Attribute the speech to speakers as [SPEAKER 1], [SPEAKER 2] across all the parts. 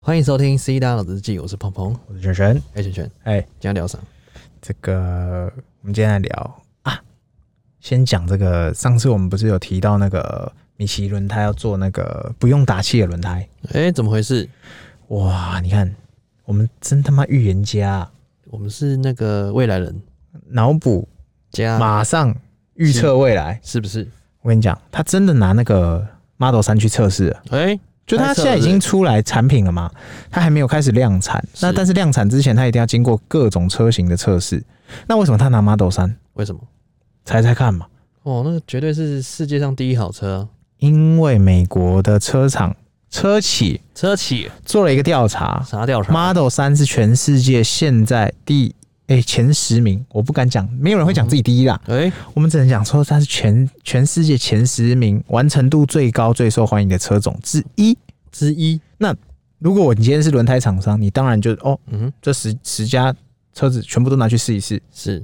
[SPEAKER 1] 欢迎收听《C 大脑日记》，我是鹏鹏，
[SPEAKER 2] 我是璇璇。
[SPEAKER 1] 哎，圈圈，
[SPEAKER 2] 哎、
[SPEAKER 1] 今天聊啥？
[SPEAKER 2] 这个我们今天来聊啊，先讲这个。上次我们不是有提到那个米其轮胎要做那个不用打气的轮胎？
[SPEAKER 1] 哎，怎么回事？
[SPEAKER 2] 哇，你看我们真他妈预言家啊，
[SPEAKER 1] 我们是那个未来人
[SPEAKER 2] 脑补
[SPEAKER 1] 加
[SPEAKER 2] 马上预测未来。
[SPEAKER 1] 是不是？
[SPEAKER 2] 我跟你讲，他真的拿那个 Model 三去测试了，
[SPEAKER 1] 哎，
[SPEAKER 2] 就
[SPEAKER 1] 太
[SPEAKER 2] 他
[SPEAKER 1] 扯
[SPEAKER 2] 现
[SPEAKER 1] 了
[SPEAKER 2] 在已经出来产品了嘛，他还没有开始量产。
[SPEAKER 1] 是
[SPEAKER 2] 那但是量产之前，他一定要经过各种车型的测试。那为什么他拿 Model 三？
[SPEAKER 1] 为什么？
[SPEAKER 2] 猜猜看嘛。
[SPEAKER 1] 哦，那个绝对是世界上第一好车啊，
[SPEAKER 2] 因为美国的车厂车企
[SPEAKER 1] 车企
[SPEAKER 2] 做了一个调查
[SPEAKER 1] 啥调查？
[SPEAKER 2] ，Model 三是全世界现在第诶、前十名，我不敢讲，没有人会讲自己第一啦，
[SPEAKER 1] 哎，
[SPEAKER 2] 我们只能讲说它是全全世界前十名完成度最高、最受欢迎的车种之一。
[SPEAKER 1] 之一，
[SPEAKER 2] 如果我今天是轮胎厂商，你当然就哦，
[SPEAKER 1] 嗯哼，
[SPEAKER 2] 这十十家车子全部都拿去试一试
[SPEAKER 1] 是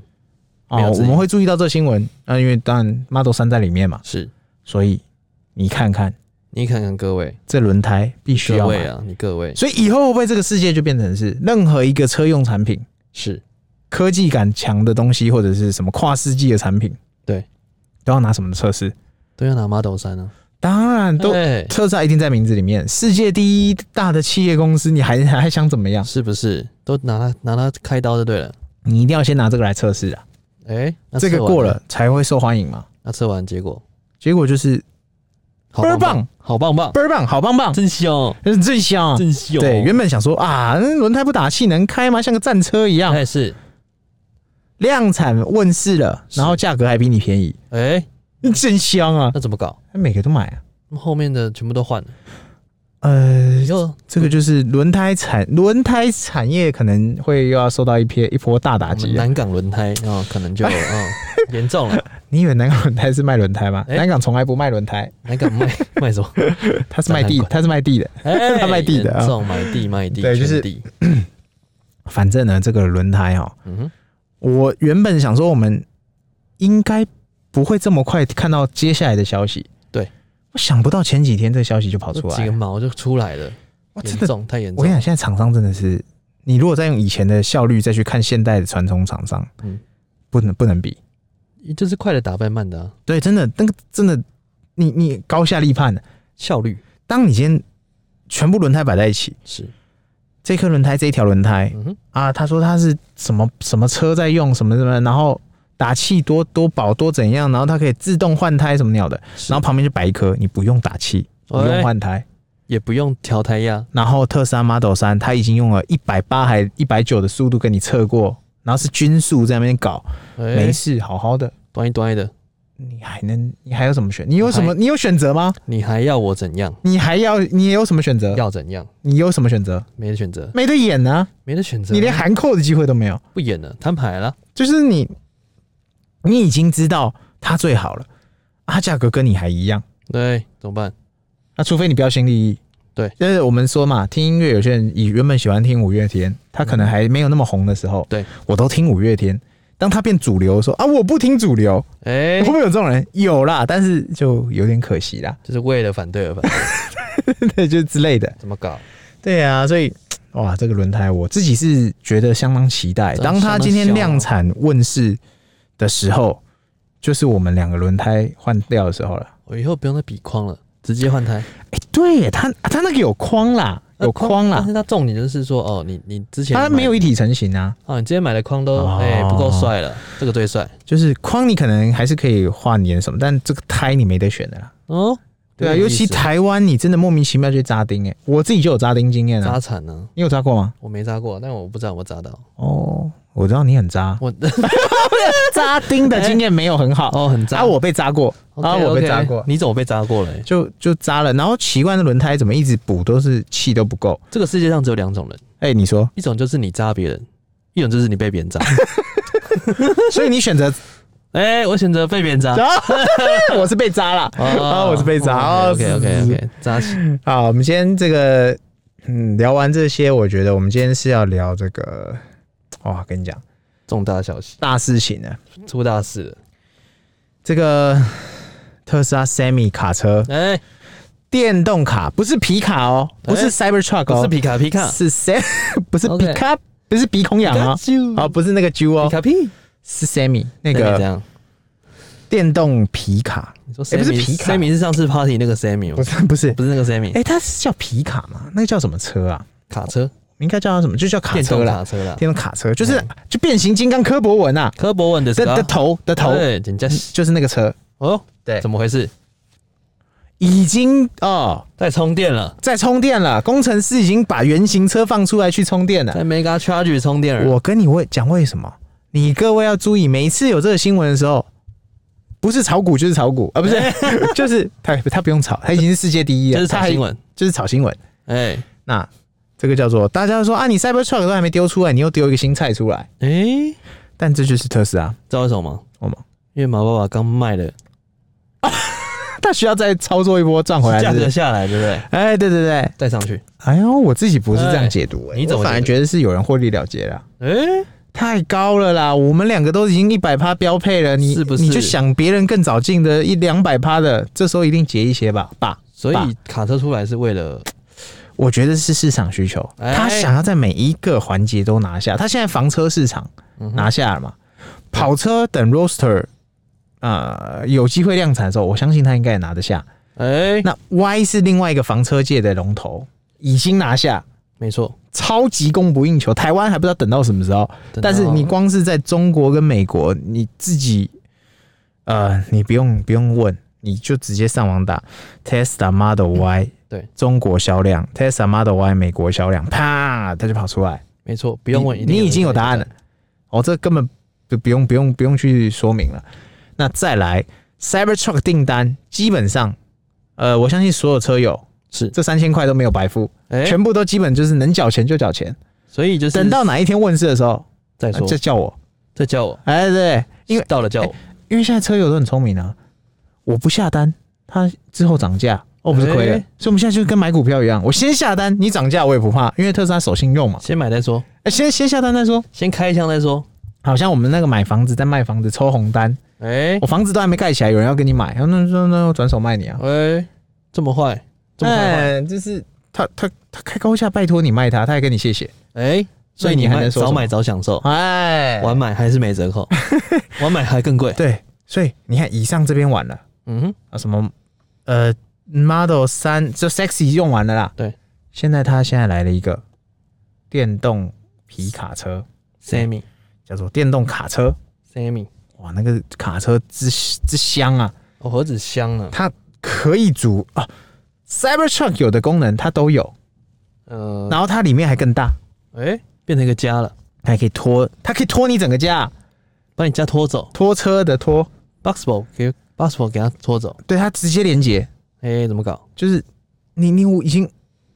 [SPEAKER 2] 哦
[SPEAKER 1] 没有，质疑
[SPEAKER 2] 我们会注意到这新闻，那、啊因为当然 Model 三在里面嘛，
[SPEAKER 1] 是，
[SPEAKER 2] 所以你看看
[SPEAKER 1] 你看看各位，
[SPEAKER 2] 这轮胎必须
[SPEAKER 1] 各
[SPEAKER 2] 要
[SPEAKER 1] 位
[SPEAKER 2] 买。
[SPEAKER 1] 啊，你各位
[SPEAKER 2] 所以以后会不会这个世界就变成是任何一个车用产品，
[SPEAKER 1] 是
[SPEAKER 2] 科技感强的东西，或者是什么跨世纪的产品，
[SPEAKER 1] 对，
[SPEAKER 2] 都要拿什么测试？
[SPEAKER 1] 都要拿 Model 三啊，
[SPEAKER 2] 当然都，
[SPEAKER 1] 哎
[SPEAKER 2] 特斯拉一定在名字里面，世界第一大的企业公司，你还 还想怎么样？
[SPEAKER 1] 是不是？都拿它拿它开刀就对了。
[SPEAKER 2] 你一定要先拿这个来测试啊，
[SPEAKER 1] 哎，那
[SPEAKER 2] 这个
[SPEAKER 1] 测完
[SPEAKER 2] 过，了才会受欢迎嘛。
[SPEAKER 1] 那测完结果
[SPEAKER 2] 结果就是
[SPEAKER 1] 好
[SPEAKER 2] 倍儿
[SPEAKER 1] 棒
[SPEAKER 2] 棒，
[SPEAKER 1] 好棒棒，
[SPEAKER 2] 倍儿棒，好棒棒，
[SPEAKER 1] 真香，
[SPEAKER 2] 真真香啊！
[SPEAKER 1] 真哦香。
[SPEAKER 2] 对，原本想说啊，那轮胎不打气能开吗？像个战车一样，
[SPEAKER 1] 哎是，
[SPEAKER 2] 量产问世了，
[SPEAKER 1] 是
[SPEAKER 2] 然后价格还比你便宜，
[SPEAKER 1] 哎，
[SPEAKER 2] 真香 啊！
[SPEAKER 1] 那怎么搞？
[SPEAKER 2] 每个都买啊。
[SPEAKER 1] 后面的全部都换了，
[SPEAKER 2] 呃
[SPEAKER 1] 你，就
[SPEAKER 2] 这个就是轮胎产轮胎产业可能会又要受到一批一波大打
[SPEAKER 1] 我们
[SPEAKER 2] 击啊。
[SPEAKER 1] 南港轮 胎啊，可能就啊严重了。
[SPEAKER 2] 你以为南港 轮胎是卖轮胎吗？
[SPEAKER 1] 哎
[SPEAKER 2] 南港从来不卖 轮胎，
[SPEAKER 1] 南港卖卖什么？
[SPEAKER 2] 它是卖地
[SPEAKER 1] 展览，馆
[SPEAKER 2] 它是卖地的。
[SPEAKER 1] 哎，
[SPEAKER 2] 他卖地的啊
[SPEAKER 1] 严重买地卖地，
[SPEAKER 2] 对就是
[SPEAKER 1] 圈地。
[SPEAKER 2] 反正呢，这个轮胎哦，
[SPEAKER 1] 嗯哼，
[SPEAKER 2] 我原本想说我们应该不会这么快看到接下来的消息。
[SPEAKER 1] 对，
[SPEAKER 2] 我想不到前几天这消息就跑出
[SPEAKER 1] 这几
[SPEAKER 2] 来
[SPEAKER 1] 个
[SPEAKER 2] 了，
[SPEAKER 1] 毛就出来了，
[SPEAKER 2] 哇，真
[SPEAKER 1] 严
[SPEAKER 2] 的！
[SPEAKER 1] 重太严
[SPEAKER 2] 我跟
[SPEAKER 1] 重。
[SPEAKER 2] 你讲，现在厂商真的是，你如果再用以前的效率再去看现代的传统厂商，
[SPEAKER 1] 嗯
[SPEAKER 2] 嗯，不能不能比。
[SPEAKER 1] 就是快的打败慢的啊，
[SPEAKER 2] 对，真的，那个真的，你你高下立判的。
[SPEAKER 1] 效率
[SPEAKER 2] 当你今天全部轮胎摆在一起，
[SPEAKER 1] 是。
[SPEAKER 2] 这颗轮胎这一条轮胎
[SPEAKER 1] 嗯哼，
[SPEAKER 2] 啊，他说他是什么什么车在用什么什么，然后打气多多保多怎样，然后它可以自动换胎什么鸟的，
[SPEAKER 1] 是哎
[SPEAKER 2] 然后旁边就摆一颗，你不用打气，不用换胎。
[SPEAKER 1] 也不用调胎压，
[SPEAKER 2] 然后特斯拉 Model 三，它已经用了一百八还一百九的速度跟你测过，然后是均速在那边搞，
[SPEAKER 1] 哎
[SPEAKER 2] 没，事，好好的。
[SPEAKER 1] 端一端一的，
[SPEAKER 2] 你还能，你还有什么选？你有什么？你有选择吗？
[SPEAKER 1] 你还要我怎样？
[SPEAKER 2] 你还要，你有什么选择？
[SPEAKER 1] 要怎样？
[SPEAKER 2] 你有什么选择？
[SPEAKER 1] 没得选择，
[SPEAKER 2] 没得演呢、
[SPEAKER 1] 没得选择，
[SPEAKER 2] 你连含扣的机会都没有。
[SPEAKER 1] 不演了，摊牌了，
[SPEAKER 2] 就是你，你已经知道它最好了，啊它价格跟你还一样，
[SPEAKER 1] 对，怎么办？
[SPEAKER 2] 那、除非你标新立异。
[SPEAKER 1] 对，
[SPEAKER 2] 但是我们说嘛，听音乐有些人以原本喜欢听五月天，他可能还没有那么红的时候，
[SPEAKER 1] 对
[SPEAKER 2] 我都听五月天。当他变主流的时候，啊，我不听主流，
[SPEAKER 1] 哎
[SPEAKER 2] 会，不会有这种人？有啦，但是就有点可惜啦，
[SPEAKER 1] 就是为了反对而反对，
[SPEAKER 2] 对，就之类的。
[SPEAKER 1] 怎么搞？
[SPEAKER 2] 对啊，所以哇，这个轮胎我自己是觉得相当期待。
[SPEAKER 1] 真的
[SPEAKER 2] 当它今
[SPEAKER 1] 相
[SPEAKER 2] 天
[SPEAKER 1] 当
[SPEAKER 2] 量产问世的时候，就是我们两个轮胎换掉的时候了。
[SPEAKER 1] 我以后不用再比框了，直接换胎。
[SPEAKER 2] 哎、对耶，它它那个有框啦， 有呃框
[SPEAKER 1] 但
[SPEAKER 2] 啦
[SPEAKER 1] 是，它重点就是说，哦，你你之前
[SPEAKER 2] 它
[SPEAKER 1] 买
[SPEAKER 2] 没有一体成型啊，
[SPEAKER 1] 啊，你之前买的框都
[SPEAKER 2] 哦
[SPEAKER 1] 哎、不够帅了，这个最帅
[SPEAKER 2] 就是框你可能还是可以换点什么，但这个胎你没得选的啦。
[SPEAKER 1] 哦。
[SPEAKER 2] 对啊，
[SPEAKER 1] 有
[SPEAKER 2] 尤
[SPEAKER 1] 点意
[SPEAKER 2] 其
[SPEAKER 1] 思
[SPEAKER 2] 台湾，你真的莫名其妙就扎钉哎、我自己就有扎钉经验啊
[SPEAKER 1] 扎，惨呢，
[SPEAKER 2] 你有扎过吗？
[SPEAKER 1] 我没扎过，但我不知道有没有 扎到。
[SPEAKER 2] 哦，我知道你很扎，
[SPEAKER 1] 我
[SPEAKER 2] 扎钉的经验没有很好，
[SPEAKER 1] 哦很扎
[SPEAKER 2] 啊，我被扎过，
[SPEAKER 1] OK，
[SPEAKER 2] 啊，我被
[SPEAKER 1] OK，
[SPEAKER 2] 扎过，
[SPEAKER 1] 你怎么被扎过了、欸
[SPEAKER 2] 就就扎了，然后奇怪的轮胎怎么一直补都是气都不够。
[SPEAKER 1] 这个世界上只有两种人，，
[SPEAKER 2] 哎、你说
[SPEAKER 1] 一种就是你扎别人，一种就是你被别 人扎。
[SPEAKER 2] 所以你 选择
[SPEAKER 1] 哎、我选择被别人扎。
[SPEAKER 2] 啊，我是被扎了。啊我是被扎哦
[SPEAKER 1] 哦 OK OK OK，扎起。
[SPEAKER 2] 好，我们今天这个，嗯，聊完这些，我觉得我们今天是要聊这个，哇，跟你讲
[SPEAKER 1] 重大消息，
[SPEAKER 2] 大事情呢，
[SPEAKER 1] 出大事了！
[SPEAKER 2] 这个特斯拉 Semi 卡车
[SPEAKER 1] 哎、
[SPEAKER 2] 电动卡，不是皮卡哦，不是 Cybertruck 哦，
[SPEAKER 1] 不是皮卡皮卡，
[SPEAKER 2] 是 C，不 是
[SPEAKER 1] OK
[SPEAKER 2] 皮卡，不是鼻孔痒啊，
[SPEAKER 1] 啾
[SPEAKER 2] 哦，不是那个 Ju
[SPEAKER 1] 皮
[SPEAKER 2] 哦，
[SPEAKER 1] 卡皮
[SPEAKER 2] 是 Sammy 那
[SPEAKER 1] 那这
[SPEAKER 2] 个
[SPEAKER 1] 样，
[SPEAKER 2] 电动皮卡，
[SPEAKER 1] 你说
[SPEAKER 2] 哎诶不是皮卡
[SPEAKER 1] Sammy，Sammy 是上次 party 那个 Sammy
[SPEAKER 2] 不
[SPEAKER 1] 吗？
[SPEAKER 2] 是不是，
[SPEAKER 1] 不是那个 Sammy，
[SPEAKER 2] 哎，它是叫皮卡吗？那个叫什么车啊？
[SPEAKER 1] 卡车，
[SPEAKER 2] 应该叫它什么？就叫卡
[SPEAKER 1] 电
[SPEAKER 2] 车
[SPEAKER 1] 动
[SPEAKER 2] 啦，
[SPEAKER 1] 卡车啦，嗯
[SPEAKER 2] 电动卡车，就是就变形金刚科博文啊
[SPEAKER 1] 科博文的
[SPEAKER 2] 的的头的头，
[SPEAKER 1] 对，人家
[SPEAKER 2] 就是那个车，
[SPEAKER 1] 哦，
[SPEAKER 2] 对
[SPEAKER 1] 怎么回事？
[SPEAKER 2] 已经哦
[SPEAKER 1] 在充电了，
[SPEAKER 2] 在充电了，工程师已经把原型车放出来去充电了。
[SPEAKER 1] 在 Mega Charge 充电了。
[SPEAKER 2] 我跟你为讲为什么，你各位要注意，每一次有这个新闻的时候，不是炒股就是炒股啊，不是，就是他他不用炒，他已经是世界第一了，
[SPEAKER 1] 就是炒
[SPEAKER 2] 他还
[SPEAKER 1] 新，闻，
[SPEAKER 2] 就是炒新闻。
[SPEAKER 1] 哎
[SPEAKER 2] 那这个叫做大家说啊，你 Cybertruck 都还没丢出来，你又丢一个新菜出来，
[SPEAKER 1] 哎，诶
[SPEAKER 2] 但这就是特 斯拉，
[SPEAKER 1] 知道为什么吗？
[SPEAKER 2] 我们
[SPEAKER 1] 因为马爸爸刚卖了，
[SPEAKER 2] 他需要再操作一波赚回来，
[SPEAKER 1] 价
[SPEAKER 2] 是不
[SPEAKER 1] 格
[SPEAKER 2] 是
[SPEAKER 1] 下来，对不对？
[SPEAKER 2] 哎，对对对，
[SPEAKER 1] 带上去，
[SPEAKER 2] 哎呦，我自己不是这样解读、哎
[SPEAKER 1] 你怎么
[SPEAKER 2] 我反而
[SPEAKER 1] 解读
[SPEAKER 2] 觉得是有人获利了结了。
[SPEAKER 1] 哎，
[SPEAKER 2] 太高了啦！我们两个都已经一百趴标配了，你
[SPEAKER 1] 是不是
[SPEAKER 2] 你就想别人更早进的一两百趴的，这时候一定结一些吧，爸。
[SPEAKER 1] 所
[SPEAKER 2] 爸
[SPEAKER 1] 以卡车出来是为了
[SPEAKER 2] 我觉得是市场需求，
[SPEAKER 1] 哎
[SPEAKER 2] 他想要在每一个环节都拿下。他现在房车市场
[SPEAKER 1] 嗯哼
[SPEAKER 2] 拿下了嘛？跑车等 roaster 呃有机会量产的时候，我相信他应该也拿得下。
[SPEAKER 1] 哎，
[SPEAKER 2] 那 Y 是另外一个房车界的龙头，已经拿下，
[SPEAKER 1] 没错。
[SPEAKER 2] 超级供不应求。台湾还不知道等到什么时候。
[SPEAKER 1] 等
[SPEAKER 2] 但是
[SPEAKER 1] 到
[SPEAKER 2] 你光是在中国跟美国，你自己，呃，你不用不用问，你就直接上网打 Tesla Model Y，、
[SPEAKER 1] 对，
[SPEAKER 2] 中国销量 Tesla Model Y 美国销量，啪，它就跑出来，
[SPEAKER 1] 没错，不
[SPEAKER 2] 不
[SPEAKER 1] 用问，一定
[SPEAKER 2] 你已经有答案了。。哦，这根本就不用不用不用去说明了。那再来 Cybertruck 订单，基本上，呃，我相信所有车友
[SPEAKER 1] 是，
[SPEAKER 2] 这三千块都没有白付，
[SPEAKER 1] 哎，
[SPEAKER 2] 全部都基本就是能缴钱就缴钱，
[SPEAKER 1] 所以就是
[SPEAKER 2] 等到哪一天问世的时候，
[SPEAKER 1] 再
[SPEAKER 2] 呃
[SPEAKER 1] 说
[SPEAKER 2] 就，叫我。
[SPEAKER 1] 再叫我，
[SPEAKER 2] 哎，对，因为
[SPEAKER 1] 到了叫我，
[SPEAKER 2] 因为现在车友都很聪明啊，我不下单，它之后涨价，哦，不是亏了，
[SPEAKER 1] 哎
[SPEAKER 2] 所以我们现在就跟买股票一样，我先下单，你涨价我也不怕，因为特斯拉手信用嘛，
[SPEAKER 1] 先买再说，
[SPEAKER 2] 哎，先先下单再说。
[SPEAKER 1] 先开箱再说。
[SPEAKER 2] 好像我们那个买房子在卖房子抽红单，
[SPEAKER 1] 哎
[SPEAKER 2] 我房子都还没盖起来，有人要跟你买，然后哦那那那我转手卖你啊，
[SPEAKER 1] 哎，这么坏，这么坏，
[SPEAKER 2] 哎，就是他他他开高价拜托你卖他，他还跟你谢谢，
[SPEAKER 1] 哎，所以
[SPEAKER 2] 那你
[SPEAKER 1] 你
[SPEAKER 2] 还
[SPEAKER 1] 买
[SPEAKER 2] 能说什
[SPEAKER 1] 早
[SPEAKER 2] 么
[SPEAKER 1] 买早享受，
[SPEAKER 2] 哎，
[SPEAKER 1] 晚买还是没 折扣，晚买还更贵。
[SPEAKER 2] 对，所以你看以上这边完了。
[SPEAKER 1] 嗯哼，
[SPEAKER 2] 啊什么呃 Model 三就 Sexy 用完了啦。
[SPEAKER 1] 对，
[SPEAKER 2] 现在它现在来了一个电动皮卡车，
[SPEAKER 1] ，Sammy。
[SPEAKER 2] 叫做电动卡车。
[SPEAKER 1] Sammy，
[SPEAKER 2] 哇，那个卡车之之香啊，
[SPEAKER 1] 我哦盒子香啊了。
[SPEAKER 2] 它可以组啊，Cybertruck 有的功能它都有，
[SPEAKER 1] 呃，
[SPEAKER 2] 然后它里面还更大，
[SPEAKER 1] 哎、变成一个家了，
[SPEAKER 2] 它还可以拖，它可以拖你整个家，
[SPEAKER 1] 把你家拖走。
[SPEAKER 2] 拖车的拖，
[SPEAKER 1] Boxable 给 Boxable 给他拖走。
[SPEAKER 2] 对，它直接连接，
[SPEAKER 1] 哎、怎么搞？
[SPEAKER 2] 就是你你无已经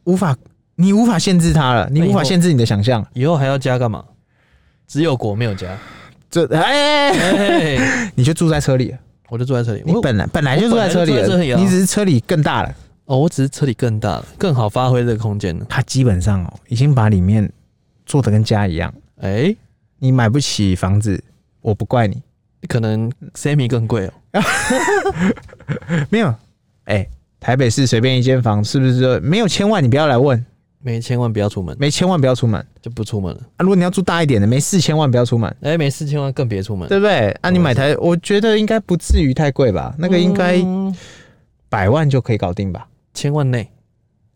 [SPEAKER 2] 无法你无法限制它了，你
[SPEAKER 1] 那以
[SPEAKER 2] 无法
[SPEAKER 1] 后
[SPEAKER 2] 限制你的想象。
[SPEAKER 1] 以后还要家干嘛？只有果没有家。
[SPEAKER 2] 这哎，哎哎
[SPEAKER 1] 哎、
[SPEAKER 2] 你就住在车里了。
[SPEAKER 1] 我就坐在这里。
[SPEAKER 2] 你
[SPEAKER 1] 我
[SPEAKER 2] 本来本来就住在车里
[SPEAKER 1] 我本来就住在这里
[SPEAKER 2] 了，
[SPEAKER 1] 啊
[SPEAKER 2] 你只是车里更大了。
[SPEAKER 1] 哦，我只是车里更大了，更好发挥这个空间了。
[SPEAKER 2] 它基本上哦，已经把里面做的跟家一样。
[SPEAKER 1] 哎、
[SPEAKER 2] 你买不起房子，我不怪你。
[SPEAKER 1] 可能 Sammy 更贵哦。
[SPEAKER 2] 没有，哎、台北市随便一间房是不是没有千万？你不要来问，
[SPEAKER 1] 没千万不要出门，
[SPEAKER 2] 没千万不要出门啊！
[SPEAKER 1] 就不出门了。
[SPEAKER 2] 如果你要住大一点的，没四千万不要出门，
[SPEAKER 1] 哎、没事，千万更别出门。
[SPEAKER 2] 对不对？啊，你买台，我觉得应该不至于太贵吧？那个应该
[SPEAKER 1] 嗯
[SPEAKER 2] 百万就可以搞定吧？
[SPEAKER 1] 千万内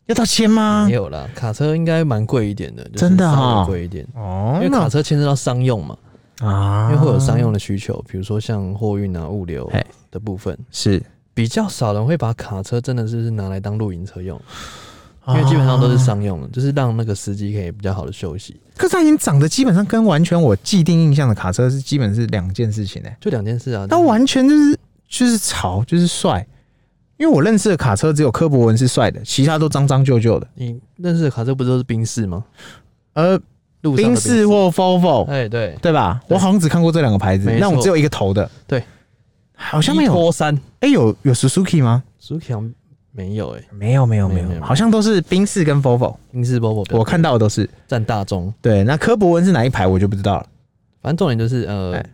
[SPEAKER 2] 要到千吗
[SPEAKER 1] 也？有啦。卡车应该蛮贵一点的，就是
[SPEAKER 2] 真的
[SPEAKER 1] 稍
[SPEAKER 2] 哦
[SPEAKER 1] 微贵一点，
[SPEAKER 2] 哦
[SPEAKER 1] 因为卡车牵涉到商用嘛。
[SPEAKER 2] 那
[SPEAKER 1] 因
[SPEAKER 2] 啊
[SPEAKER 1] 为会有商用的需求，比如说像货运啊、物流
[SPEAKER 2] 嘿
[SPEAKER 1] 的部分，
[SPEAKER 2] 是，
[SPEAKER 1] 比较少人会把卡车真的是拿来当露营车用，因为基本上都是
[SPEAKER 2] 啊
[SPEAKER 1] 商用的，就是让那个司机可以比较好的休息，
[SPEAKER 2] 可是它已经长得基本上跟完全我既定印象的卡车是基本是两件事情哎、欸，
[SPEAKER 1] 就两件事啊。
[SPEAKER 2] 它
[SPEAKER 1] 就是
[SPEAKER 2] 完全就是就是潮就是帅，因为我认识的卡车只有科博文是帅的，其他都脏脏旧旧的。
[SPEAKER 1] 你认识的卡车不都是宾士吗？
[SPEAKER 2] 呃，
[SPEAKER 1] 路上的
[SPEAKER 2] 宾士或 Volvo
[SPEAKER 1] 哎对，
[SPEAKER 2] 对吧？
[SPEAKER 1] 对
[SPEAKER 2] 我好像只看过这两个牌子
[SPEAKER 1] 没，错
[SPEAKER 2] 那我只有一个头的。
[SPEAKER 1] 对，
[SPEAKER 2] 好像没有。
[SPEAKER 1] 拖三
[SPEAKER 2] 哎、有有 Suzuki 吗？
[SPEAKER 1] ，Suzuki 好像没有哎、
[SPEAKER 2] 没有欸没有
[SPEAKER 1] 没
[SPEAKER 2] 没
[SPEAKER 1] 有没有
[SPEAKER 2] 有，好像都是宾士跟 Volvo，
[SPEAKER 1] 宾士 b o b
[SPEAKER 2] 我看到的都是。
[SPEAKER 1] 占大宗，
[SPEAKER 2] 对，那科博文是哪一排我就不知道了。
[SPEAKER 1] 反正重点就是呃。
[SPEAKER 2] 哎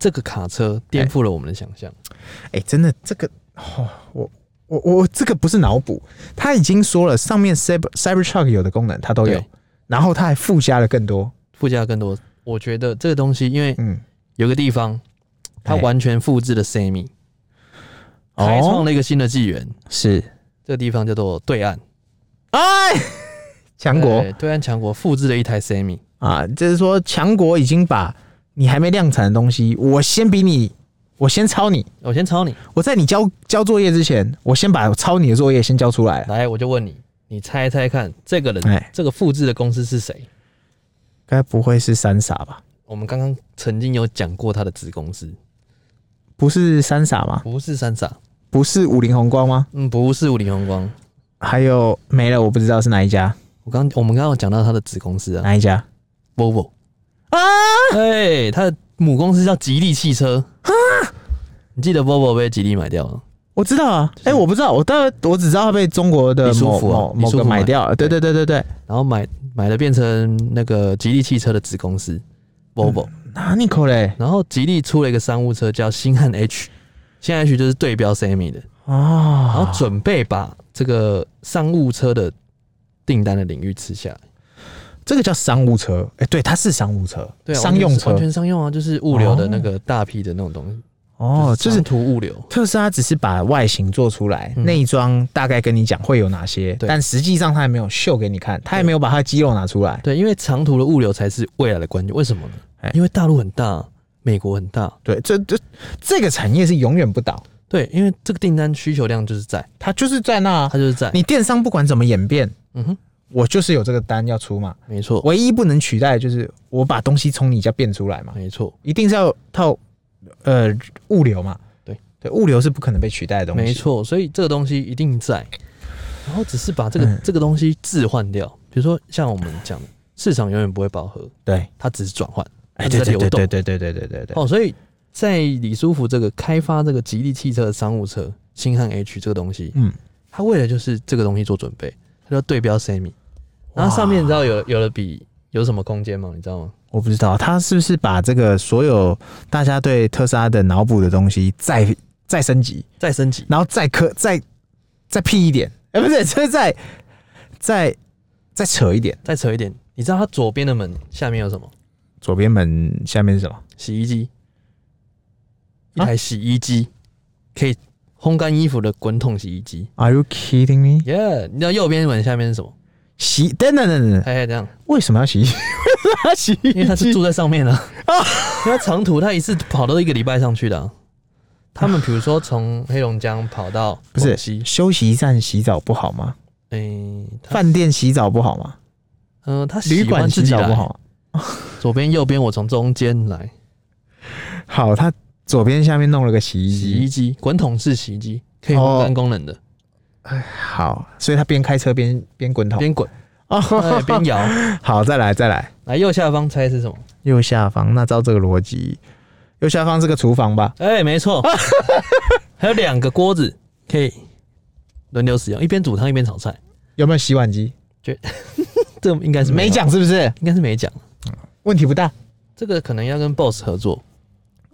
[SPEAKER 1] 这个卡车颠覆了我们的想象，
[SPEAKER 2] 哎、真的这个，哦、我我我这个不是脑补，他已经说了，上面 Cyber Cybertruck 有的功能它都有
[SPEAKER 1] 对，
[SPEAKER 2] 然后他还附加了更多，
[SPEAKER 1] 附加更多。我觉得这个东西，因为
[SPEAKER 2] 嗯，
[SPEAKER 1] 有个地方，它
[SPEAKER 2] 哎
[SPEAKER 1] 完全复制了 Sammy，
[SPEAKER 2] 哦
[SPEAKER 1] 开创了一个新的纪元。
[SPEAKER 2] 是，
[SPEAKER 1] 这个地方叫做对岸哎
[SPEAKER 2] 哎，强国
[SPEAKER 1] 对对岸强国复制了一台 Sammy，
[SPEAKER 2] 啊，就是说强国已经把你还没量产的东西，我先比你，我先抄你，
[SPEAKER 1] 我先抄你，
[SPEAKER 2] 我在你交交作业之前，我先把抄你的作业先交出来了，
[SPEAKER 1] 来，我就问你，你猜猜看，这个人，
[SPEAKER 2] 哎
[SPEAKER 1] 这个复制的公司是谁？
[SPEAKER 2] 该不会是三傻吧？
[SPEAKER 1] 我们刚刚曾经有讲过他的子公司，
[SPEAKER 2] 不是三傻吗？
[SPEAKER 1] 不是三傻，
[SPEAKER 2] 不是五菱宏光吗？
[SPEAKER 1] 嗯，不是五菱宏光。
[SPEAKER 2] 还有没了，我不知道是哪一家，
[SPEAKER 1] 我刚我们刚刚有讲到他的子公司啊
[SPEAKER 2] 哪一家？
[SPEAKER 1] ，Volvo 啊，哎，他的母公司叫吉利汽车啊，你记得 Volvo 被吉利买掉了？
[SPEAKER 2] 我知道啊，哎、我不知道，我大概我只知道它被中国的
[SPEAKER 1] 李书
[SPEAKER 2] 某
[SPEAKER 1] 福啊
[SPEAKER 2] 某
[SPEAKER 1] 李
[SPEAKER 2] 某
[SPEAKER 1] 书
[SPEAKER 2] 个
[SPEAKER 1] 福买
[SPEAKER 2] 买掉了，对对对对对，
[SPEAKER 1] 然后买买了变成那个吉利汽车的子公司 Volvo，、
[SPEAKER 2] 哪里口嘞？
[SPEAKER 1] 然后吉利出了一个商务车叫星汉 H，星汉 H 就是对标 Sammy 的，然
[SPEAKER 2] 啊
[SPEAKER 1] 后准备把这个商务车的订单的领域吃下来。
[SPEAKER 2] 这个叫商务车，哎、对，它是商务车，
[SPEAKER 1] 对、啊，
[SPEAKER 2] 商
[SPEAKER 1] 完全
[SPEAKER 2] 用
[SPEAKER 1] 是
[SPEAKER 2] 车
[SPEAKER 1] 完，全商用啊，就是物流的那个大批的那种东西。
[SPEAKER 2] 哦，就
[SPEAKER 1] 就是是图物流，
[SPEAKER 2] 特斯拉只是把外形做出来，
[SPEAKER 1] 嗯
[SPEAKER 2] 内装大概跟你讲会有哪些，
[SPEAKER 1] 对
[SPEAKER 2] 但实际上它还没有秀给你看，它还没有把它的肌肉拿出来，
[SPEAKER 1] 对，因为长途的物流才是未来的关键。为什么呢
[SPEAKER 2] 哎？
[SPEAKER 1] 因为大陆很大，美国很大，
[SPEAKER 2] 对，这这这个产业是永远不倒，
[SPEAKER 1] 对，因为这个订单需求量就是在，
[SPEAKER 2] 它就是在那啊
[SPEAKER 1] 它，就是在，
[SPEAKER 2] 你电商不管怎么演变，
[SPEAKER 1] 嗯哼，
[SPEAKER 2] 我就是有这个单要出嘛，
[SPEAKER 1] 没错，
[SPEAKER 2] 唯一不能取代的就是我把东西从你家变出来嘛，
[SPEAKER 1] 没错，
[SPEAKER 2] 一定是要套呃物流嘛，
[SPEAKER 1] 对
[SPEAKER 2] 对，物流是不可能被取代的东西，
[SPEAKER 1] 没，错，所以这个东西一定在，然后只是把这个、
[SPEAKER 2] 嗯
[SPEAKER 1] 这个东西置换掉。比如说像我们讲的，市场永远不会饱和，
[SPEAKER 2] 对，
[SPEAKER 1] 它只是转换，它
[SPEAKER 2] 哎，
[SPEAKER 1] 只
[SPEAKER 2] 对
[SPEAKER 1] 是在
[SPEAKER 2] 对
[SPEAKER 1] 流
[SPEAKER 2] 对
[SPEAKER 1] 动
[SPEAKER 2] 对。对对对对对对，
[SPEAKER 1] 哦，所以在李书福这个开发这个吉利汽车的商务车星汉 H 这个东西，
[SPEAKER 2] 嗯，
[SPEAKER 1] 他为了就是这个东西做准备，他就对标 Sammy，
[SPEAKER 2] 哇
[SPEAKER 1] 然后上面你知道有有了比有什么空间吗？你知道吗？
[SPEAKER 2] 我不知道他是不是把这个所有大家对特斯拉的脑补的东西再再升级，
[SPEAKER 1] 再升级，
[SPEAKER 2] 然后再科再再屁一点，哎、不是，就是 再再再扯一点，
[SPEAKER 1] 再扯一点，你知道它左边的门下面有什么？
[SPEAKER 2] 左边门下面是什么？
[SPEAKER 1] 洗衣机，一
[SPEAKER 2] 啊
[SPEAKER 1] 台洗衣机、可以烘干衣服的滚筒洗衣机。
[SPEAKER 2] Are you kidding me？
[SPEAKER 1] 耶、你知道右边门下面是什么？
[SPEAKER 2] 洗等等等等，
[SPEAKER 1] 嘿嘿，这样，
[SPEAKER 2] 为什么要洗？为什么要洗？
[SPEAKER 1] 因为它是住在上面 的、啊，因为它长途，它一次跑到一个礼拜上去的啊、他们比如说从黑龙江跑到
[SPEAKER 2] 不是
[SPEAKER 1] 广西，
[SPEAKER 2] 休息站洗澡不好吗？
[SPEAKER 1] 诶、他
[SPEAKER 2] 饭店洗澡不好吗？
[SPEAKER 1] 嗯、他喜
[SPEAKER 2] 旅
[SPEAKER 1] 欢
[SPEAKER 2] 馆洗
[SPEAKER 1] 自己
[SPEAKER 2] 澡
[SPEAKER 1] 来
[SPEAKER 2] 不好吗？
[SPEAKER 1] 左边右边我从中间来，
[SPEAKER 2] 好，他左边下面弄了个洗衣
[SPEAKER 1] 洗衣
[SPEAKER 2] 机，
[SPEAKER 1] 机滚筒式洗衣机可以烘干功能的，
[SPEAKER 2] 好，所以他边开车边边滚筒。
[SPEAKER 1] 边滚
[SPEAKER 2] 哦，
[SPEAKER 1] 哎边摇。
[SPEAKER 2] 好，再来再来，
[SPEAKER 1] 来右下方猜是什么？
[SPEAKER 2] 右下方那照这个逻辑，右下方是个厨房吧？
[SPEAKER 1] 哎、没错， 还有两个锅子可以轮流使用，一边煮汤一边炒菜。
[SPEAKER 2] 有没有洗碗机？
[SPEAKER 1] 这应该是
[SPEAKER 2] 没
[SPEAKER 1] 有，
[SPEAKER 2] 讲是不是？
[SPEAKER 1] 应该是没讲。
[SPEAKER 2] 问题不大，
[SPEAKER 1] 这个可能要跟 BOSS 合作，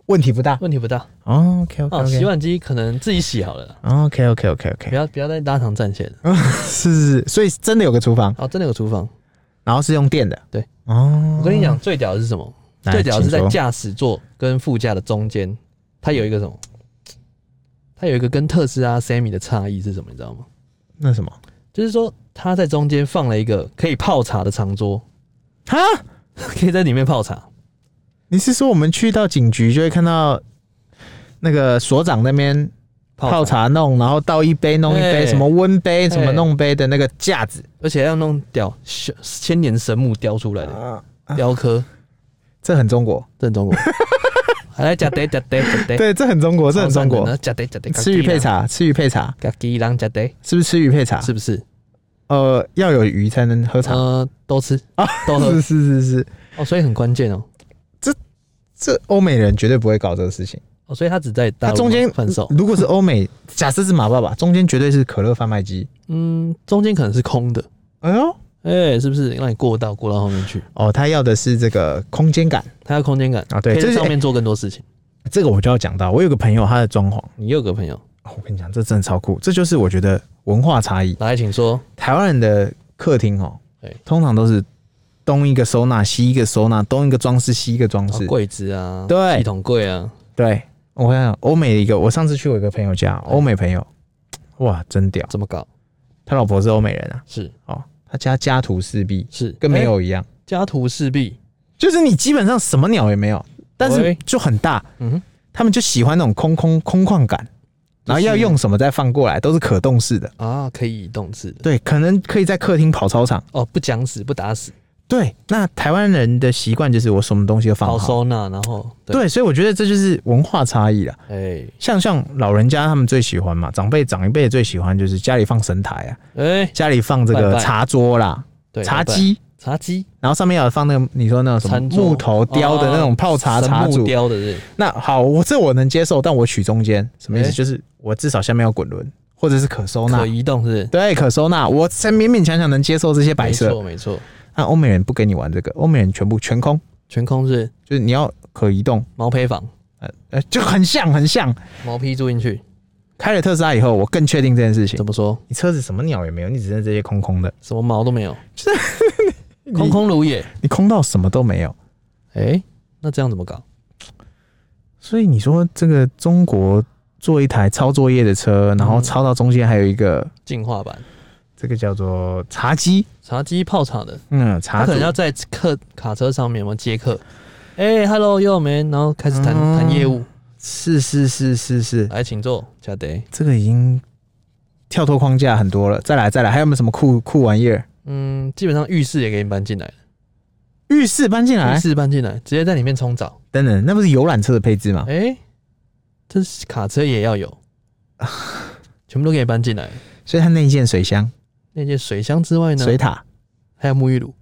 [SPEAKER 2] 问题不大。
[SPEAKER 1] 问题不大。
[SPEAKER 2] 哦，OK 啊 OK
[SPEAKER 1] 哦，洗
[SPEAKER 2] OK
[SPEAKER 1] 碗机可能自己洗好了啦，
[SPEAKER 2] OK OK OK
[SPEAKER 1] 不
[SPEAKER 2] OK，
[SPEAKER 1] 要不要再拉长战线了。
[SPEAKER 2] 是是是，所以真的有个厨房，
[SPEAKER 1] 哦，真的有厨房。
[SPEAKER 2] 然后是用电的。
[SPEAKER 1] 对，
[SPEAKER 2] 哦，
[SPEAKER 1] 我跟你讲，最屌的是什么？
[SPEAKER 2] 来
[SPEAKER 1] 最屌的是在
[SPEAKER 2] 请说
[SPEAKER 1] 驾驶座跟副驾的中间，它有一个什么？它有一个跟特斯拉 Sammy 的差异是什么？你知道吗？
[SPEAKER 2] 那什么
[SPEAKER 1] 就是说它在中间放了一个可以泡茶的长桌，
[SPEAKER 2] 哈，
[SPEAKER 1] 可以在里面泡茶。
[SPEAKER 2] 你是说我们去到警局就会看到那个所长那边泡茶弄，然后倒一杯弄一杯，
[SPEAKER 1] 哎
[SPEAKER 2] 什么温杯什么
[SPEAKER 1] 哎
[SPEAKER 2] 弄杯的那个架子
[SPEAKER 1] 而且要弄雕千千年神木雕出来的
[SPEAKER 2] 啊，
[SPEAKER 1] 雕刻，
[SPEAKER 2] 这很中国，
[SPEAKER 1] 正 中国。还来加得加得加得，
[SPEAKER 2] 对，哦这很中国，这很中国。
[SPEAKER 1] 加得加得，
[SPEAKER 2] 吃鱼配，茶，吃鱼配茶，
[SPEAKER 1] 加鸡郎加得，
[SPEAKER 2] 是不是吃哦鱼配茶？
[SPEAKER 1] 是不是？
[SPEAKER 2] 呃，要有鱼才能喝茶。
[SPEAKER 1] 呃，都吃
[SPEAKER 2] 啊
[SPEAKER 1] 都喝
[SPEAKER 2] 是是是是，
[SPEAKER 1] 哦，所以很关键哦。
[SPEAKER 2] 这欧美人绝对不会搞这个事情。
[SPEAKER 1] 哦，所以他只在大
[SPEAKER 2] 他
[SPEAKER 1] 陆
[SPEAKER 2] 中间
[SPEAKER 1] 贩售，
[SPEAKER 2] 如果是欧美，假设是马爸爸，中间绝对是可乐贩卖机。
[SPEAKER 1] 嗯，中间可能是空的，
[SPEAKER 2] 哎呦，
[SPEAKER 1] 哎、是不是让你过道过到后面去？
[SPEAKER 2] 哦，他要的是这个空间感
[SPEAKER 1] 它要空间感
[SPEAKER 2] 啊。对，
[SPEAKER 1] 可以
[SPEAKER 2] 这
[SPEAKER 1] 在
[SPEAKER 2] 是、
[SPEAKER 1] 上面做更多事情。
[SPEAKER 2] 这个我就要讲到，我有个朋友，他的装潢
[SPEAKER 1] 你又有个朋友，
[SPEAKER 2] 哦我跟你讲，这真的超酷，这就是我觉得文化差异。
[SPEAKER 1] 来，请说。
[SPEAKER 2] 台湾人的客厅哦
[SPEAKER 1] 对，
[SPEAKER 2] 通常都是东一个收纳，西一个收纳，东一个装饰，西一个装
[SPEAKER 1] 啊
[SPEAKER 2] 饰。
[SPEAKER 1] 柜子啊，
[SPEAKER 2] 对
[SPEAKER 1] 系统柜啊，
[SPEAKER 2] 对，我跟你讲，欧美的一个，我上次去我一个朋友家，欧美朋友，哇，真屌！
[SPEAKER 1] 怎么搞？
[SPEAKER 2] 他老婆是欧美人啊，
[SPEAKER 1] 是
[SPEAKER 2] 哦，他家家徒四壁，
[SPEAKER 1] 是，
[SPEAKER 2] 跟没
[SPEAKER 1] 哎
[SPEAKER 2] 有一样，
[SPEAKER 1] 家徒四壁。
[SPEAKER 2] 就是你基本上什么鸟也没有，但是
[SPEAKER 1] 喂
[SPEAKER 2] 就很大，
[SPEAKER 1] 嗯哼，
[SPEAKER 2] 他们就喜欢那种空空空旷感，然后要用什么再放过来，都是可动式的。
[SPEAKER 1] 啊，可以移动式的
[SPEAKER 2] 对，可能可以在客厅跑操场。
[SPEAKER 1] 哦，不讲死不打死，
[SPEAKER 2] 对，那台湾人的习惯就是我什么东西都放
[SPEAKER 1] 好
[SPEAKER 2] 好。
[SPEAKER 1] 收纳，然后对，
[SPEAKER 2] 对，所以我觉得这就是文化差异啦。
[SPEAKER 1] 哎
[SPEAKER 2] 像像老人家他们最喜欢嘛，长辈长一辈最喜欢就是家里放神台啊，
[SPEAKER 1] 哎，
[SPEAKER 2] 家里放这
[SPEAKER 1] 拜
[SPEAKER 2] 个
[SPEAKER 1] 拜
[SPEAKER 2] 茶桌啦、
[SPEAKER 1] 对，
[SPEAKER 2] 茶
[SPEAKER 1] 老板
[SPEAKER 2] 几，
[SPEAKER 1] 茶几，
[SPEAKER 2] 然后上面要放那个你说那种什么
[SPEAKER 1] 餐桌
[SPEAKER 2] 木头雕的那种泡茶
[SPEAKER 1] 啊神
[SPEAKER 2] 茶
[SPEAKER 1] 木
[SPEAKER 2] 组。
[SPEAKER 1] 雕的是
[SPEAKER 2] 那好，我这我能接受，但我取中间什么意思？
[SPEAKER 1] 哎
[SPEAKER 2] 就是我至少下面要滚轮或者是可收纳
[SPEAKER 1] 可，移动是
[SPEAKER 2] 对，可收纳，我才勉勉强强能接受这些摆
[SPEAKER 1] 没
[SPEAKER 2] 设。
[SPEAKER 1] 错没错，
[SPEAKER 2] 那啊欧美人不跟你玩这个，欧美人全部全空，
[SPEAKER 1] 全空是
[SPEAKER 2] 就是你要可移动，
[SPEAKER 1] 毛坯房，
[SPEAKER 2] 呃呃，就很像很像。
[SPEAKER 1] 毛坯住进去，
[SPEAKER 2] 开了特斯拉以后，我更确定这件事情
[SPEAKER 1] 怎。么说？
[SPEAKER 2] 你车子什么鸟也没有，你只剩这些空空的，
[SPEAKER 1] 什么毛都没 有，空空如也。
[SPEAKER 2] 你空到什么都没有。
[SPEAKER 1] 哎，那这样怎么搞？
[SPEAKER 2] 所以你说这个中国做一台抄作业的车，然后
[SPEAKER 1] 嗯
[SPEAKER 2] 抄到中间还有一个，
[SPEAKER 1] 进化版
[SPEAKER 2] 这个叫做茶几，
[SPEAKER 1] 茶几泡茶的，
[SPEAKER 2] 嗯，
[SPEAKER 1] 他
[SPEAKER 2] 茶
[SPEAKER 1] 可能
[SPEAKER 2] 组
[SPEAKER 1] 要在客卡车上面嘛接客。哎，hello，又没，然后开始谈
[SPEAKER 2] 嗯
[SPEAKER 1] 谈业务，
[SPEAKER 2] 是是是是是，
[SPEAKER 1] 来，请坐，加得。
[SPEAKER 2] 这个已经跳脱框架很多了。再来再来，还有没有什么酷酷玩意儿？
[SPEAKER 1] 嗯，基本上浴室也给你搬进来，
[SPEAKER 2] 浴室搬进来
[SPEAKER 1] 浴，室搬进来，直接在里面冲澡。
[SPEAKER 2] 等等，那不是游览车的配置吗？
[SPEAKER 1] 哎、这是卡车也要 有，全部都可以搬进来。
[SPEAKER 2] 所以它内建水箱、
[SPEAKER 1] 那些水箱之外呢，
[SPEAKER 2] 水塔，
[SPEAKER 1] 还有沐浴 乳，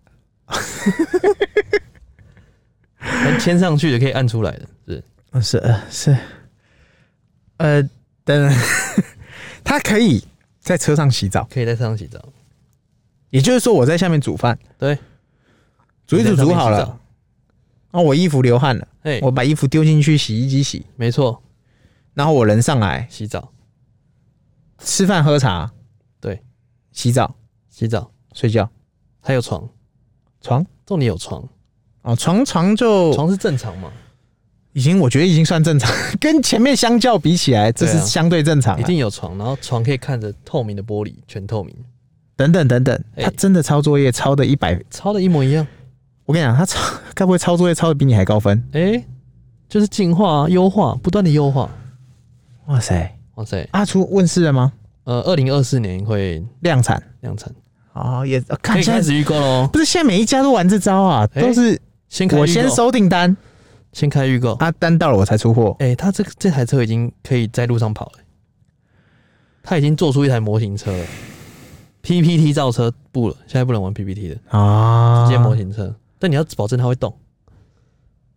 [SPEAKER 1] 能牵上去的可以按出来的，是
[SPEAKER 2] 呃是呃是，呃等 等，它可以在车上洗澡，
[SPEAKER 1] 可以在车上洗澡。
[SPEAKER 2] 也就是说我在下面煮饭，
[SPEAKER 1] 对，
[SPEAKER 2] 煮一煮煮好
[SPEAKER 1] 在上面洗
[SPEAKER 2] 了哦
[SPEAKER 1] 澡，。
[SPEAKER 2] 然后我衣服流汗了，
[SPEAKER 1] 哎、
[SPEAKER 2] 我把衣服丢进去洗衣机洗，
[SPEAKER 1] 没错，
[SPEAKER 2] 然后我人上来
[SPEAKER 1] 洗澡，
[SPEAKER 2] 吃饭喝茶，
[SPEAKER 1] 对，
[SPEAKER 2] 洗澡
[SPEAKER 1] 洗澡，
[SPEAKER 2] 睡觉
[SPEAKER 1] 还有床，
[SPEAKER 2] 床
[SPEAKER 1] 重点有床，
[SPEAKER 2] 哦床床就
[SPEAKER 1] 床是正常嘛？
[SPEAKER 2] 已经我觉得已经算正常， 跟前面相较比起来，这是
[SPEAKER 1] 对啊
[SPEAKER 2] 相对正常啊、
[SPEAKER 1] 一定有床，然后床可以看着透明的玻璃，全透明，
[SPEAKER 2] 等等等等，
[SPEAKER 1] 哎
[SPEAKER 2] 他真的抄作业抄的一百，
[SPEAKER 1] 抄的一模一样。
[SPEAKER 2] 我跟你讲，他抄该不会抄作业抄的比你还高分？
[SPEAKER 1] 哎、就是进化、啊、优化，不断的优化。
[SPEAKER 2] 哇塞，
[SPEAKER 1] 哇塞，
[SPEAKER 2] 阿初问世了吗？
[SPEAKER 1] 呃，二零二四年会
[SPEAKER 2] 量产
[SPEAKER 1] 量产，
[SPEAKER 2] 哦，也呃
[SPEAKER 1] 可
[SPEAKER 2] 看
[SPEAKER 1] 以
[SPEAKER 2] 现
[SPEAKER 1] 开
[SPEAKER 2] 在
[SPEAKER 1] 始预购喽。
[SPEAKER 2] 不是现在每一家都玩这招啊，
[SPEAKER 1] 哎
[SPEAKER 2] 都是
[SPEAKER 1] 先开
[SPEAKER 2] 我
[SPEAKER 1] 预
[SPEAKER 2] 先
[SPEAKER 1] 购，
[SPEAKER 2] 收订单，
[SPEAKER 1] 先开预购。
[SPEAKER 2] 啊单到了我才出货，
[SPEAKER 1] 哎、他这这台车已经可以在路上跑了、他已经做出一台模型车了。PPT 造车不了，现在不能玩 PPT 的，
[SPEAKER 2] 啊
[SPEAKER 1] 直接模型车。但你要保证它会动，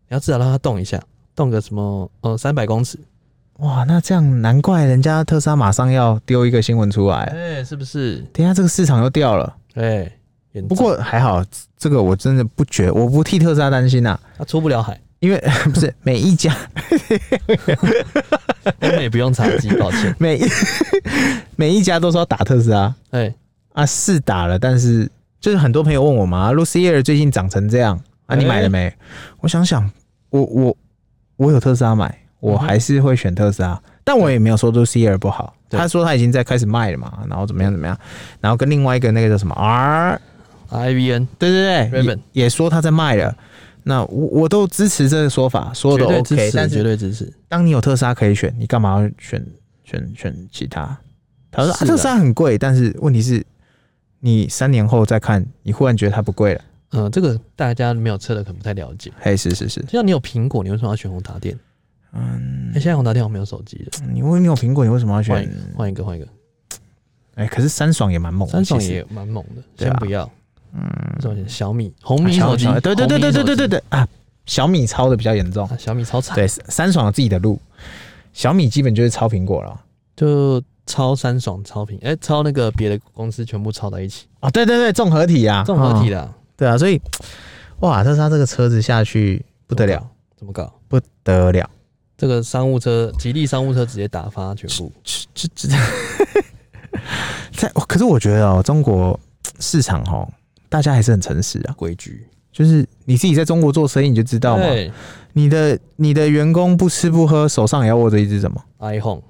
[SPEAKER 1] 你要至少让它动一下，动个什么呃三百公尺，
[SPEAKER 2] 哇，那这样难怪人家特斯拉马上要丢一个新闻出
[SPEAKER 1] 哎、
[SPEAKER 2] 来，
[SPEAKER 1] 是不是？
[SPEAKER 2] 等一下这个市场又掉了。
[SPEAKER 1] 哎、严重
[SPEAKER 2] 不过还好，这个我真的不觉，我不替特斯拉担心呐、啊
[SPEAKER 1] 它出不了海，
[SPEAKER 2] 因为 不是每一家
[SPEAKER 1] 我们也不用茶几， 抱歉。
[SPEAKER 2] 每一 每一家都说要打特斯拉
[SPEAKER 1] 哎、
[SPEAKER 2] 啊，是打了，但是就是很多朋友问我嘛，Lucier 啊最近涨成这样啊，你买了没？我想想，我我我有特斯拉买，我
[SPEAKER 1] 嗯哼
[SPEAKER 2] 还是会选特斯拉，但我也没有说 Lucier 不好。
[SPEAKER 1] 对
[SPEAKER 2] 他说他已经在开始卖了嘛，然后怎么样怎么样，然后跟另外一个那个叫什么 R，
[SPEAKER 1] i v n
[SPEAKER 2] 对对对，也
[SPEAKER 1] Raven
[SPEAKER 2] 也说他在卖了。那我我都支持这个说法，说
[SPEAKER 1] 绝
[SPEAKER 2] 的
[SPEAKER 1] 对支
[SPEAKER 2] OK，
[SPEAKER 1] 持，
[SPEAKER 2] 但是
[SPEAKER 1] 绝对支持。
[SPEAKER 2] 当你有特斯拉可以选，你干嘛要选选选其他？他说、啊、
[SPEAKER 1] 是的
[SPEAKER 2] 特斯拉很贵，但是问题是，你三年后再看，你忽然觉得它不贵了。
[SPEAKER 1] 嗯，这个大家没有车的可能不太了解。
[SPEAKER 2] 嘿，是是是，
[SPEAKER 1] 就像你有苹果，你为什么要选宏达电？
[SPEAKER 2] 嗯
[SPEAKER 1] 哎、，现在宏达电好像没有手机了，
[SPEAKER 2] 你问你有苹果，你为什么要
[SPEAKER 1] 换
[SPEAKER 2] 选
[SPEAKER 1] 一？个，换一个，换一个。
[SPEAKER 2] 哎、可是三爽也蛮猛的，
[SPEAKER 1] 三爽
[SPEAKER 2] 其实
[SPEAKER 1] 也蛮猛的，
[SPEAKER 2] 对啊
[SPEAKER 1] 先不要。嗯，什么小米、红
[SPEAKER 2] 啊
[SPEAKER 1] 米
[SPEAKER 2] 小
[SPEAKER 1] 手机
[SPEAKER 2] 小？对对对对对对对
[SPEAKER 1] 对。
[SPEAKER 2] 对啊，小米抄的比较严重。
[SPEAKER 1] 啊小米超惨，
[SPEAKER 2] 对，三爽有自己的路，小米基本就是抄苹果了。
[SPEAKER 1] 就超三爽、超平，哎、超那个别的公司全部抄在一起，
[SPEAKER 2] 哦，对对对，综合体啊，
[SPEAKER 1] 综合体
[SPEAKER 2] 嗯
[SPEAKER 1] 啦，
[SPEAKER 2] 对啊，所以哇，特斯拉这个车子下去不得了，
[SPEAKER 1] 怎么搞？
[SPEAKER 2] 不得了。
[SPEAKER 1] 这个商务车，吉利商务车直接打发全部。
[SPEAKER 2] 这这，在可是我觉得哦，中国市场哦，大家还是很诚实啊。
[SPEAKER 1] 规矩，
[SPEAKER 2] 就是你自己在中国做生意，你就知道嘛。
[SPEAKER 1] 对
[SPEAKER 2] 你的你的员工不吃不喝，手上也要握着一只什么，
[SPEAKER 1] ，iPhone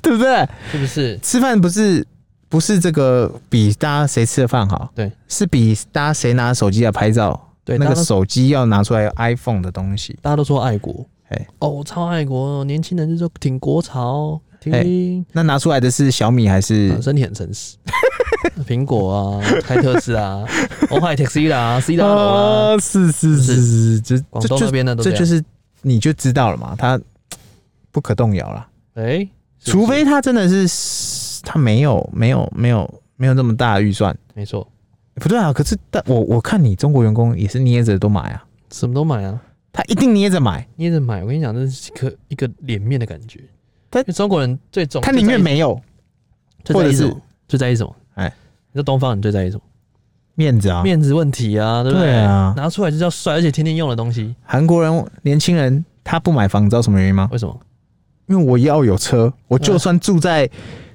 [SPEAKER 2] 对不对？
[SPEAKER 1] 是不是？
[SPEAKER 2] 吃饭不是不是这个比大家谁吃的饭好，
[SPEAKER 1] 对，
[SPEAKER 2] 是比大家谁拿手机来拍照，
[SPEAKER 1] 对，
[SPEAKER 2] 那
[SPEAKER 1] 大
[SPEAKER 2] 个
[SPEAKER 1] 家都
[SPEAKER 2] 手机要拿出来有 iPhone 的东西，
[SPEAKER 1] 大家都说爱国，
[SPEAKER 2] 哎
[SPEAKER 1] 哦，我超爱国，年轻人就说挺国潮，听
[SPEAKER 2] 哎
[SPEAKER 1] 听，
[SPEAKER 2] 那拿出来的是小米还是
[SPEAKER 1] 啊身体很诚实。苹果啊，开特斯啊，欧海 taxi 啦，C 大楼啦，
[SPEAKER 2] 啊？是是
[SPEAKER 1] 是
[SPEAKER 2] 是是，这
[SPEAKER 1] 广
[SPEAKER 2] 这
[SPEAKER 1] 东那
[SPEAKER 2] 就
[SPEAKER 1] 边的都
[SPEAKER 2] 这就是是你就知道了嘛，它不可动摇啦。
[SPEAKER 1] 这样，哎，是不
[SPEAKER 2] 除
[SPEAKER 1] 是
[SPEAKER 2] 非他真的是他没有没有没有没有这么大的预算，
[SPEAKER 1] 没错，
[SPEAKER 2] 不对啊。可是但我我看你中国员工也是捏着都买啊，
[SPEAKER 1] 什么都买啊，
[SPEAKER 2] 他一定捏着买，
[SPEAKER 1] 捏着买。我跟你讲，这是一个一个脸面的感觉。
[SPEAKER 2] 但
[SPEAKER 1] 因为中国人最重，
[SPEAKER 2] 他宁愿没有
[SPEAKER 1] 最在意，最在意
[SPEAKER 2] 或者是
[SPEAKER 1] 什么？最在意什么？
[SPEAKER 2] 哎，
[SPEAKER 1] 你说东方人最在意什么？
[SPEAKER 2] 面子啊。
[SPEAKER 1] 面子问题啊，对不
[SPEAKER 2] 对啊嗯
[SPEAKER 1] 拿出来就叫帅，而且天天用的东西，
[SPEAKER 2] 韩国人年轻人他不买房，你知道什么原因吗？
[SPEAKER 1] 为什么？
[SPEAKER 2] 因为我要有车，我
[SPEAKER 1] 哎
[SPEAKER 2] 就算住在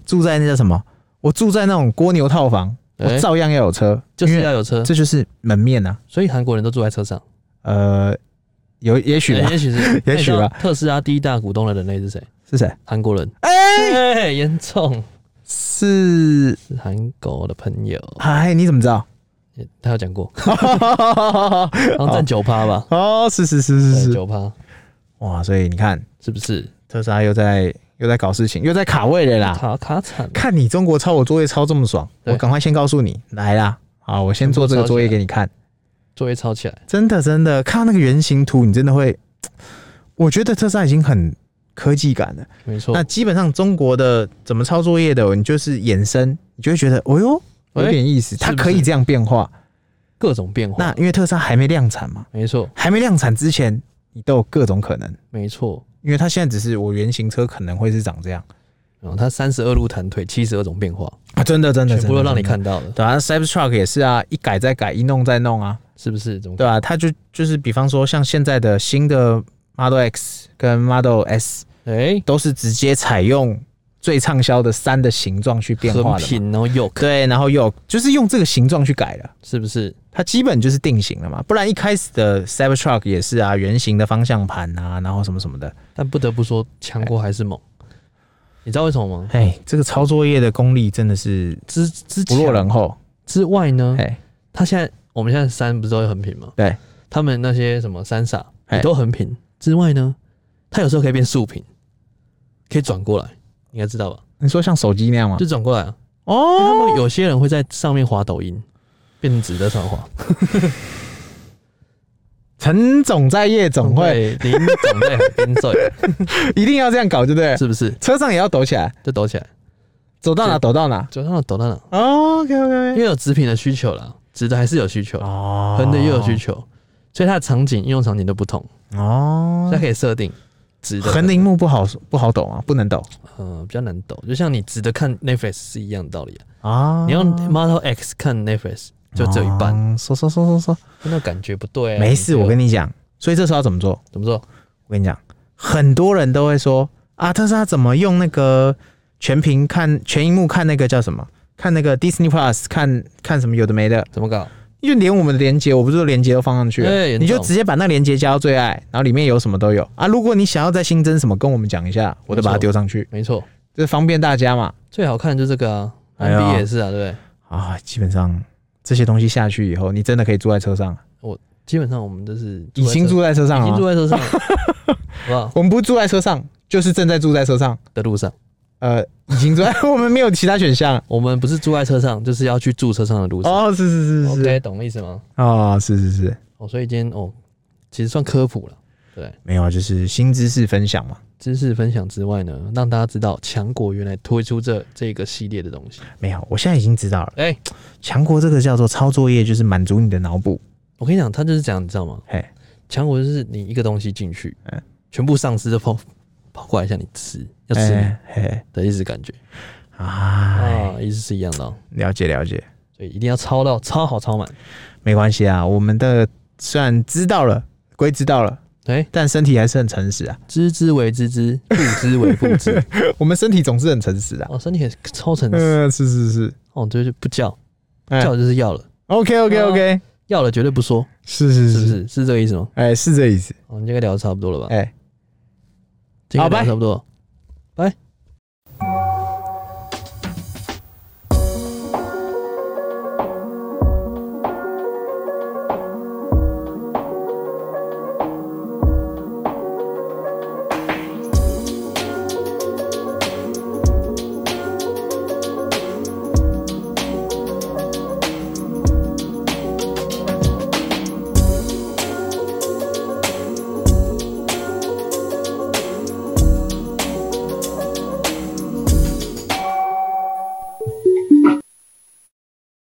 [SPEAKER 2] 住在那叫什么，我住在那种蜗牛套房，
[SPEAKER 1] 哎
[SPEAKER 2] 我照样要有车，
[SPEAKER 1] 就是
[SPEAKER 2] 因为
[SPEAKER 1] 要有车，
[SPEAKER 2] 这就是门面啊。
[SPEAKER 1] 所以韩国人都住在车上。
[SPEAKER 2] 呃，有也许
[SPEAKER 1] 哎
[SPEAKER 2] 吧，
[SPEAKER 1] 也许是，
[SPEAKER 2] 也许吧
[SPEAKER 1] 那你知道特斯拉第一大股东的人类是谁？
[SPEAKER 2] 是谁？
[SPEAKER 1] 韩国人。
[SPEAKER 2] 哎，
[SPEAKER 1] 哎， 严重
[SPEAKER 2] 是
[SPEAKER 1] 是韩国的朋友，
[SPEAKER 2] 哎，你怎么知道？
[SPEAKER 1] 他有讲过，好像占九趴吧，
[SPEAKER 2] 哦，是是是是是，
[SPEAKER 1] 九趴，
[SPEAKER 2] 哇！所以你看，
[SPEAKER 1] 是不是？
[SPEAKER 2] 特斯拉又在又在搞事情，又在卡位了啦。
[SPEAKER 1] 卡卡惨，
[SPEAKER 2] 看你中国抄我作业抄这么爽，
[SPEAKER 1] 对
[SPEAKER 2] 我赶快先告诉你，来啦！好，我先做这个作业给你看。
[SPEAKER 1] 作业抄起来，
[SPEAKER 2] 真的真的，看到那个原型图，你真的会，我觉得特斯拉已经很科技感了。
[SPEAKER 1] 没错哎
[SPEAKER 2] 那。基本上中国的怎么抄作业的，你就是衍生，你就会觉得，哦呦，有点意思，
[SPEAKER 1] 哎
[SPEAKER 2] 它
[SPEAKER 1] 是不
[SPEAKER 2] 可以
[SPEAKER 1] 是
[SPEAKER 2] 这样变化。
[SPEAKER 1] 各种变化，
[SPEAKER 2] 那因为特斯拉还没量产嘛，
[SPEAKER 1] 没错，
[SPEAKER 2] 还没量产之前，你都有各种可能。
[SPEAKER 1] 没错。
[SPEAKER 2] 因为它现在只是我原型车可能会是长这样
[SPEAKER 1] 然后它哦三十二路弹腿，七十二种变化，
[SPEAKER 2] 啊，真的真
[SPEAKER 1] 全部都让你。
[SPEAKER 2] 真的
[SPEAKER 1] 看到了，
[SPEAKER 2] 对啊，Cybertruck 也是啊，一改再改，一弄再弄啊，
[SPEAKER 1] 是不是？怎么
[SPEAKER 2] 对啊，它就就是比方说像现在的新的 Model X 跟 Model S
[SPEAKER 1] 哎，
[SPEAKER 2] 都是直接采用最畅销的三的形状去变
[SPEAKER 1] 横
[SPEAKER 2] 化的嘛，
[SPEAKER 1] 平，然哦后右，
[SPEAKER 2] 对，然后又就是用这个形状去改了。
[SPEAKER 1] 是不是？
[SPEAKER 2] 它基本就是定型了嘛，不然一开始的 Cybertruck 也是啊，圆形的方向盘啊，然后什么什么的。
[SPEAKER 1] 但不得不说，强国还是猛。你知道为什么吗？
[SPEAKER 2] 哎，这个抄作业的功力真的是
[SPEAKER 1] 之之
[SPEAKER 2] 不落
[SPEAKER 1] 强
[SPEAKER 2] 人后。
[SPEAKER 1] 之外呢，
[SPEAKER 2] 哎，
[SPEAKER 1] 他现在我们现在山不是都横平吗？
[SPEAKER 2] 对，
[SPEAKER 1] 他们那些什么三傻
[SPEAKER 2] 哎
[SPEAKER 1] 也都横平之外呢，它有时候可以变竖平，可以转过来，你应该知道吧？
[SPEAKER 2] 你说像手机那样吗
[SPEAKER 1] 就？转过来啊。因为
[SPEAKER 2] 哦，
[SPEAKER 1] 他们有些人会在上面滑抖音，变成直的上滑。
[SPEAKER 2] 陈总在夜总会，
[SPEAKER 1] 林总在海边走，
[SPEAKER 2] 一定要这样搞，对不对？
[SPEAKER 1] 是不是？
[SPEAKER 2] 车上也要抖起来，
[SPEAKER 1] 就抖起来，
[SPEAKER 2] 走到哪
[SPEAKER 1] 是
[SPEAKER 2] 抖到哪。
[SPEAKER 1] 就让它抖到哪？
[SPEAKER 2] 哦，OK
[SPEAKER 1] 因
[SPEAKER 2] OK，
[SPEAKER 1] 为有直屏的需求啦，直的还是有需求，
[SPEAKER 2] 哦
[SPEAKER 1] 横的也有需求，所以它的场景应用场景都不同，
[SPEAKER 2] 哦
[SPEAKER 1] 所以它。可以设定直的
[SPEAKER 2] 横的荧幕不好不好抖啊，不能抖
[SPEAKER 1] 嗯，比较难抖，就像你直的看 Netflix 是一样的道理啊。
[SPEAKER 2] 啊
[SPEAKER 1] 你用 Model X 看 Netflix 就只有一半，
[SPEAKER 2] 哦说说说说说，
[SPEAKER 1] 那感觉不对啊。
[SPEAKER 2] 没事，我跟哎你讲。所以这时候要怎么做？
[SPEAKER 1] 怎么说？
[SPEAKER 2] 我跟你讲，很多人都会说啊，特斯拉怎么用那个全屏看全荧幕看那个叫什么？看那个 Disney Plus，看看什么有的没的，
[SPEAKER 1] 怎么搞？
[SPEAKER 2] 就连我们的连接，我不是说连接都放上去了，
[SPEAKER 1] 哎对严重
[SPEAKER 2] 你就直接把那连接加到最爱，然后里面有什么都有啊。如果你想要再新增什么，跟我们讲一下，我再把它丢上去，
[SPEAKER 1] 没错，
[SPEAKER 2] 这方便大家嘛。
[SPEAKER 1] 最好看的就是这个啊
[SPEAKER 2] 哎呀
[SPEAKER 1] ，MV 也是啊，对不对？
[SPEAKER 2] 啊，基本上这些东西下去以后，你真的可以坐在车上，
[SPEAKER 1] 基本上我们都是
[SPEAKER 2] 已经
[SPEAKER 1] 住
[SPEAKER 2] 住在啊车
[SPEAKER 1] 在车
[SPEAKER 2] 上
[SPEAKER 1] 已经
[SPEAKER 2] 了
[SPEAKER 1] 住在车
[SPEAKER 2] 吗。
[SPEAKER 1] 上了，好不好？
[SPEAKER 2] 我们不住在车上，就是正在住在车上。
[SPEAKER 1] 的路上，
[SPEAKER 2] 呃，已经住在， 我们没有其他选项。
[SPEAKER 1] 我们不是住在车上，就是要去住车上的路上。
[SPEAKER 2] 哦，是是是是，
[SPEAKER 1] OK，懂我意思吗？
[SPEAKER 2] 哦，是是是，
[SPEAKER 1] 哦，所以今天哦，其实算科普了，对，
[SPEAKER 2] 没有啊，就是新知识分享嘛。
[SPEAKER 1] 知识分享之外呢，让大家知道强国原来推出这这个系列的东西。
[SPEAKER 2] 没有，我现在已经知道了，
[SPEAKER 1] 哎、
[SPEAKER 2] 强国这个叫做抄作业，就是满足你的脑补。
[SPEAKER 1] 我跟你讲，他就是这样，你知道吗？
[SPEAKER 2] 嘿，
[SPEAKER 1] 强国就是你一个东西进去，
[SPEAKER 2] 嗯
[SPEAKER 1] 全部丧尸都跑跑过来向你吃，要吃你
[SPEAKER 2] 哎嘿
[SPEAKER 1] 的意思感觉、
[SPEAKER 2] 啊，
[SPEAKER 1] 啊，意思是一样的、哦，
[SPEAKER 2] 了解了解，
[SPEAKER 1] 所以一定要抄到抄好抄满，
[SPEAKER 2] 没关系啊。我们的虽然知道了归知道了，
[SPEAKER 1] 哎、
[SPEAKER 2] 但身体还是很诚实啊。
[SPEAKER 1] 知之为知之，不知为不 知。
[SPEAKER 2] 我们身体总是很诚实啊。
[SPEAKER 1] 哦，身体也是超诚实，
[SPEAKER 2] 嗯，是是是。
[SPEAKER 1] 哦，就是不叫，
[SPEAKER 2] 哎
[SPEAKER 1] 叫哦就是要了，
[SPEAKER 2] OK OK OK，
[SPEAKER 1] 要了绝对不说，
[SPEAKER 2] 是是
[SPEAKER 1] 是不
[SPEAKER 2] 是，
[SPEAKER 1] 是？是这个意思吗？哦
[SPEAKER 2] 哎，是这意思。
[SPEAKER 1] 我们今天聊的差不多了吧？
[SPEAKER 2] 哎，
[SPEAKER 1] 今天
[SPEAKER 2] 好
[SPEAKER 1] 聊
[SPEAKER 2] 拜
[SPEAKER 1] 得差不多了，拜。